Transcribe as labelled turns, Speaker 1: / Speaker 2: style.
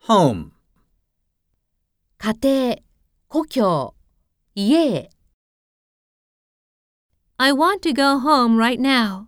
Speaker 1: home,
Speaker 2: 家庭、故郷、家へ。I want to go home right now.